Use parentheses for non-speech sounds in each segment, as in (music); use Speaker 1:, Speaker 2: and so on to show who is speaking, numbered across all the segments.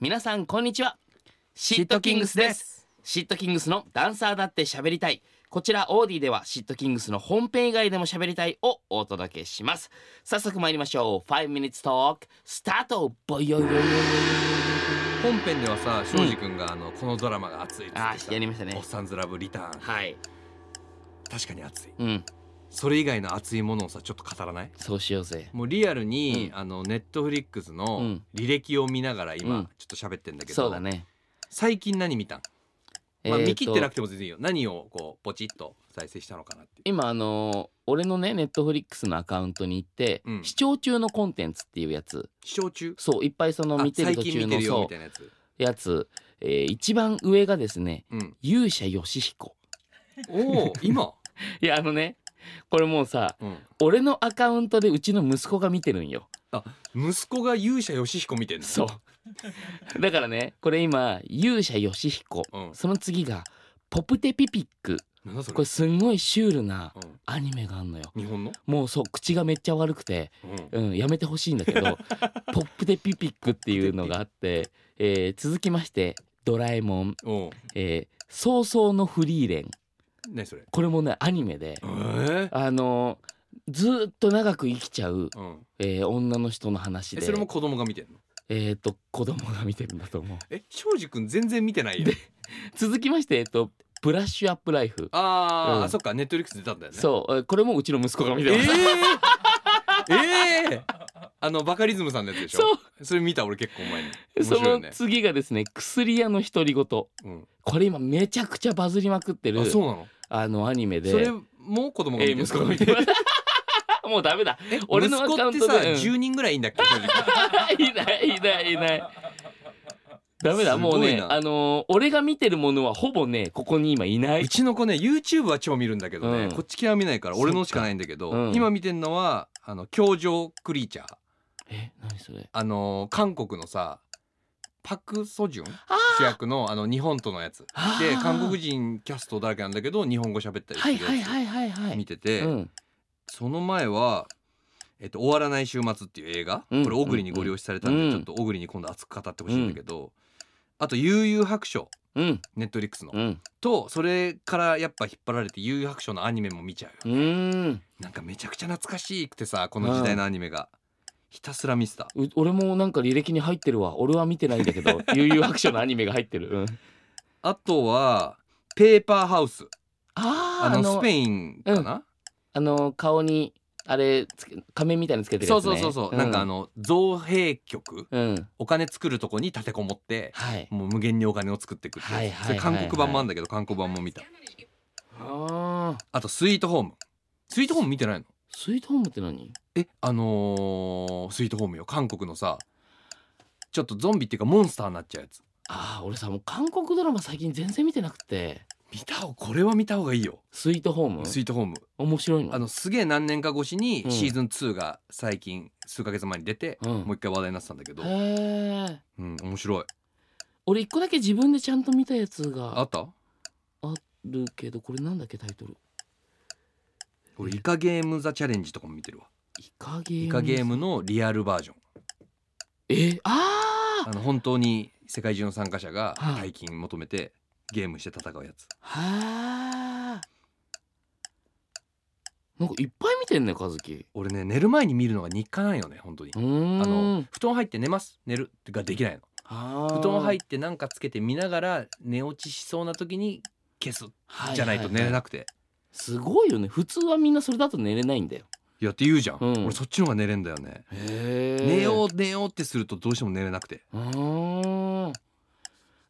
Speaker 1: 皆さんこんにちはシットキングスですシットキングスのダンサーだって喋りたいこちらオーディではシットキングスの本編以外でも喋りたいをお届けします早速参りましょう5 minutes talk スタートボヨヨヨヨ
Speaker 2: 本編ではさ庄司君があの、このドラマが熱いっつって
Speaker 1: あ
Speaker 2: さ
Speaker 1: ーやりました
Speaker 2: お
Speaker 1: ね
Speaker 2: っさんずラブリターン
Speaker 1: はい
Speaker 2: 確かに熱い
Speaker 1: うん
Speaker 2: それ以外の熱いものをさちょっと語らない
Speaker 1: そうしようぜ
Speaker 2: もうリアルに、
Speaker 1: う
Speaker 2: あのネットフリックス
Speaker 1: う
Speaker 2: の
Speaker 1: ん
Speaker 2: 履歴を見ながら
Speaker 1: う
Speaker 2: 今、
Speaker 1: ん
Speaker 2: ちょっと喋ってんだけど
Speaker 1: そうだね
Speaker 2: 最近何見たん、まあ、
Speaker 1: えーと
Speaker 2: 見切ってなくても全然いいよ何をこうポチッと再生したのかなっていう
Speaker 1: 今あのー俺のねネットフリックスのアカウントに行って、
Speaker 2: うん
Speaker 1: 視聴中のコンテンツっていうやつ
Speaker 2: 視聴中
Speaker 1: そういっぱいその
Speaker 2: あ
Speaker 1: 見てる
Speaker 2: 最
Speaker 1: 途
Speaker 2: 近
Speaker 1: 中
Speaker 2: 見て
Speaker 1: の
Speaker 2: るよ
Speaker 1: そ
Speaker 2: みたいなやつ
Speaker 1: うやつ、えー一番上がですね
Speaker 2: うん
Speaker 1: 勇者ヨシヒコ
Speaker 2: おお今、
Speaker 1: (laughs)
Speaker 2: (laughs)
Speaker 1: いやあのねこれもうさ
Speaker 2: うん、
Speaker 1: 俺のアカウントでうちの息子が見てるんよ
Speaker 2: 息子が勇者ヨシヒコ見てんの
Speaker 1: そうだからねこれ今勇者ヨシヒコ
Speaker 2: うん
Speaker 1: その次がポプテピピック
Speaker 2: なんだそれ
Speaker 1: これすんごいシュールな
Speaker 2: うん
Speaker 1: アニメがあんのよ
Speaker 2: 日本の、
Speaker 1: もうそう口がめっちゃ悪くて
Speaker 2: うん、
Speaker 1: うん、やめてほしいんだけ
Speaker 2: (laughs)
Speaker 1: ど「ポップでピピック」っていうのがあって、えー続きまして「ドラえもん
Speaker 2: おう」
Speaker 1: えー「早々のフリーレン
Speaker 2: 何それ」
Speaker 1: これもねアニメで
Speaker 2: えー
Speaker 1: あのーずーっと長く生きちゃう、
Speaker 2: うん、
Speaker 1: えー女の人の話
Speaker 2: え
Speaker 1: で
Speaker 2: それも子供が見てんの
Speaker 1: えーと子供が見てるんだと思う
Speaker 2: え庄司君全然見てないやん
Speaker 1: 続きまして、えー、と「ブラッシュアップライフ
Speaker 2: あー、
Speaker 1: うん
Speaker 2: あそっかネットリックス出たんだよ」ねう
Speaker 1: そうえーこれもうちの息子が見
Speaker 2: え
Speaker 1: てます、
Speaker 2: ー、えー、あのバカリズムさんのやつでしょ
Speaker 1: そう
Speaker 2: それ見た俺結構前に
Speaker 1: う
Speaker 2: 面
Speaker 1: そ
Speaker 2: 白い
Speaker 1: の
Speaker 2: よね
Speaker 1: 次がですね「薬屋の独り言」こ
Speaker 2: うん、
Speaker 1: れ今めちゃくちゃバズりまくってる
Speaker 2: あそうなの
Speaker 1: あのアニメで
Speaker 2: それも子供が
Speaker 1: えー
Speaker 2: 見てる
Speaker 1: 息子が見てます (laughs) もうダメだ (laughs)
Speaker 2: え
Speaker 1: 俺のアカウントで
Speaker 2: 息子ってさ、
Speaker 1: うん
Speaker 2: 10人ぐらいいんだっけ庄司君
Speaker 1: いないいないいないダメだ
Speaker 2: すごい
Speaker 1: も
Speaker 2: な
Speaker 1: うねあのー俺が見てるものはほぼねここに今いないう
Speaker 2: ちの子ね YouTube は超見るんだけどね、
Speaker 1: うん
Speaker 2: こっち系は見ないから俺のしかないんだけ
Speaker 1: そ
Speaker 2: ど、
Speaker 1: っかうん
Speaker 2: 今見てんのはあの教場クリーチャー
Speaker 1: え何それ
Speaker 2: あのー韓国のさパク・ソジュン
Speaker 1: あ
Speaker 2: 主役のあの日本とのやつ
Speaker 1: あー
Speaker 2: で韓国人キャストだらけなんだけど日本語喋ったりす
Speaker 1: はい
Speaker 2: る
Speaker 1: はい
Speaker 2: や
Speaker 1: はいはいは
Speaker 2: つ
Speaker 1: い
Speaker 2: 見てて、
Speaker 1: うん
Speaker 2: その前は、えっと「終わらない週末」っていう映画、
Speaker 1: うん
Speaker 2: これ小栗にご了承されたんで、
Speaker 1: うん
Speaker 2: ちょっと小栗に今度熱く語ってほしいんだけど、あと「悠々白書
Speaker 1: うん」
Speaker 2: ネットリックスの、
Speaker 1: うん
Speaker 2: とそれからやっぱ引っ張られて「悠々白書」のアニメも見ちゃうよ、
Speaker 1: うーん
Speaker 2: なんかめちゃくちゃ懐かしくてさこの時代のアニメが、ひたすら見せた
Speaker 1: う俺もなんか履歴に入ってるわ俺は見てないんだけど悠々白書のアニメが入ってる、うん、
Speaker 2: あとは「ペーパーハウス」
Speaker 1: あ
Speaker 2: あ
Speaker 1: ー
Speaker 2: のスペインかな、
Speaker 1: あの顔にあれつけ仮面みたいにつけてる
Speaker 2: そ
Speaker 1: や
Speaker 2: う
Speaker 1: つ、ね、
Speaker 2: そうそうそう、なんかあの造幣局
Speaker 1: うん
Speaker 2: お金作るとこに立てこもって
Speaker 1: はい
Speaker 2: もう無限にお金を作っていくって
Speaker 1: はいいうはい
Speaker 2: それ韓国版もあるんだけど韓国版も見た
Speaker 1: あ
Speaker 2: あとスイートホームスイートホーム見てないの
Speaker 1: ースイートホームって何
Speaker 2: えあのースイートホームよ韓国のさちょっとゾンビっていうかモンスターになっちゃうやつ
Speaker 1: ああ俺さもう韓国ドラマ最近全然見てなくて
Speaker 2: 見た方これは見た方がいいよ、
Speaker 1: スイートホーム
Speaker 2: スイートホーム
Speaker 1: 面白いの
Speaker 2: あのすげえ何年か越しに
Speaker 1: うん
Speaker 2: シーズン2が最近数ヶ月前に出て、
Speaker 1: うん
Speaker 2: もう一回話題になってたんだけど、
Speaker 1: へえ
Speaker 2: うん、面白い
Speaker 1: 俺一個だけ自分でちゃんと見たやつ
Speaker 2: あ
Speaker 1: が
Speaker 2: った
Speaker 1: あるけどこれなんだっけタイトル
Speaker 2: 俺イカゲームザチャレンジとかも見てるわ
Speaker 1: イカゲーム
Speaker 2: イカゲームのリアルバージョン
Speaker 1: えー、あ
Speaker 2: あの本当に世界中の参加者が
Speaker 1: はい
Speaker 2: 大金求めてゲームして戦うやつ
Speaker 1: あはあなんかいっぱい見てんね和樹
Speaker 2: 俺ね寝る前に見るのが日課なんよね本当に
Speaker 1: う
Speaker 2: あ
Speaker 1: ーん
Speaker 2: の布団入って寝ます寝るができない
Speaker 1: あ
Speaker 2: の布団入
Speaker 1: っ
Speaker 2: ってなんかつけて見ながら寝落ちしそうな時に消すじゃないと寝れなくて
Speaker 1: すごいよね普通はみんなそれだと寝れないんだよ
Speaker 2: いやって言うじゃん
Speaker 1: うん
Speaker 2: 俺そっちの方が寝れんだよね
Speaker 1: へえ
Speaker 2: 寝よう寝ようってするとどうしても寝れなくて
Speaker 1: うーん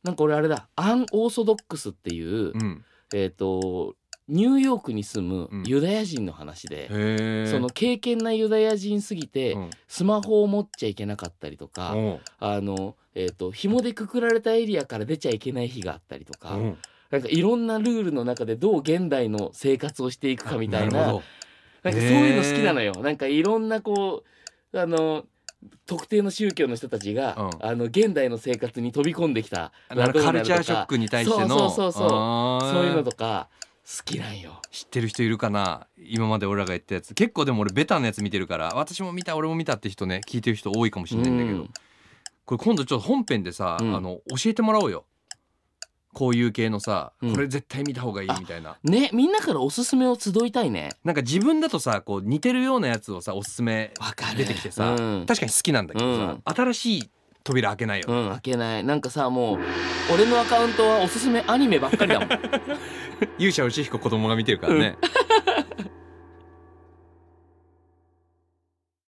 Speaker 1: なんか俺あれだアンオーソドックスっていう、
Speaker 2: うん
Speaker 1: えっ、とニューヨークに住む
Speaker 2: うん
Speaker 1: ユダヤ人の話で、
Speaker 2: へえ
Speaker 1: その経験なユダヤ人すぎて、
Speaker 2: うん
Speaker 1: スマホを持っちゃいけなかったりとか、
Speaker 2: うん
Speaker 1: あのえっ、と紐でくくられたエリアから出ちゃいけない日があったりとか、
Speaker 2: うん
Speaker 1: なんかいろんなルールの中でどう現代の生活をしていくかみたいな
Speaker 2: るほど
Speaker 1: なんかそういうの好きなのよ。なんかいろんなこうあの特定の宗教の人たちが、
Speaker 2: うん
Speaker 1: あの現代の生活に飛び込んできた
Speaker 2: あのカルチャーショッ
Speaker 1: ク
Speaker 2: クに対しての
Speaker 1: そうそうそうそう
Speaker 2: あー
Speaker 1: そういうのとか好きなんよ。
Speaker 2: 知ってる人いるかな今まで俺らが言ったやつ結構でも俺ベタなやつ見てるから私も見た俺も見たって人ね聞いてる人多いかもしれないんだけど、
Speaker 1: うん
Speaker 2: これ今度ちょっと本編でさ、
Speaker 1: うん
Speaker 2: あの教えてもらおうよこういう系のさ、
Speaker 1: うん
Speaker 2: これ絶対見た方がいいみたいな
Speaker 1: ねみんなからおすすめを集いたいね
Speaker 2: なんか自分だとさこう似てるようなやつをさおすすめ
Speaker 1: わかる
Speaker 2: 出てきてさ、
Speaker 1: うん
Speaker 2: 確かに好きなんだけどさ、新しい扉開けないよ
Speaker 1: う
Speaker 2: ね、
Speaker 1: ん開けないなんかさもう俺のアカウントはおすすめアニメばっかりだもん
Speaker 2: 勇者よしひこ子供が見てるからね、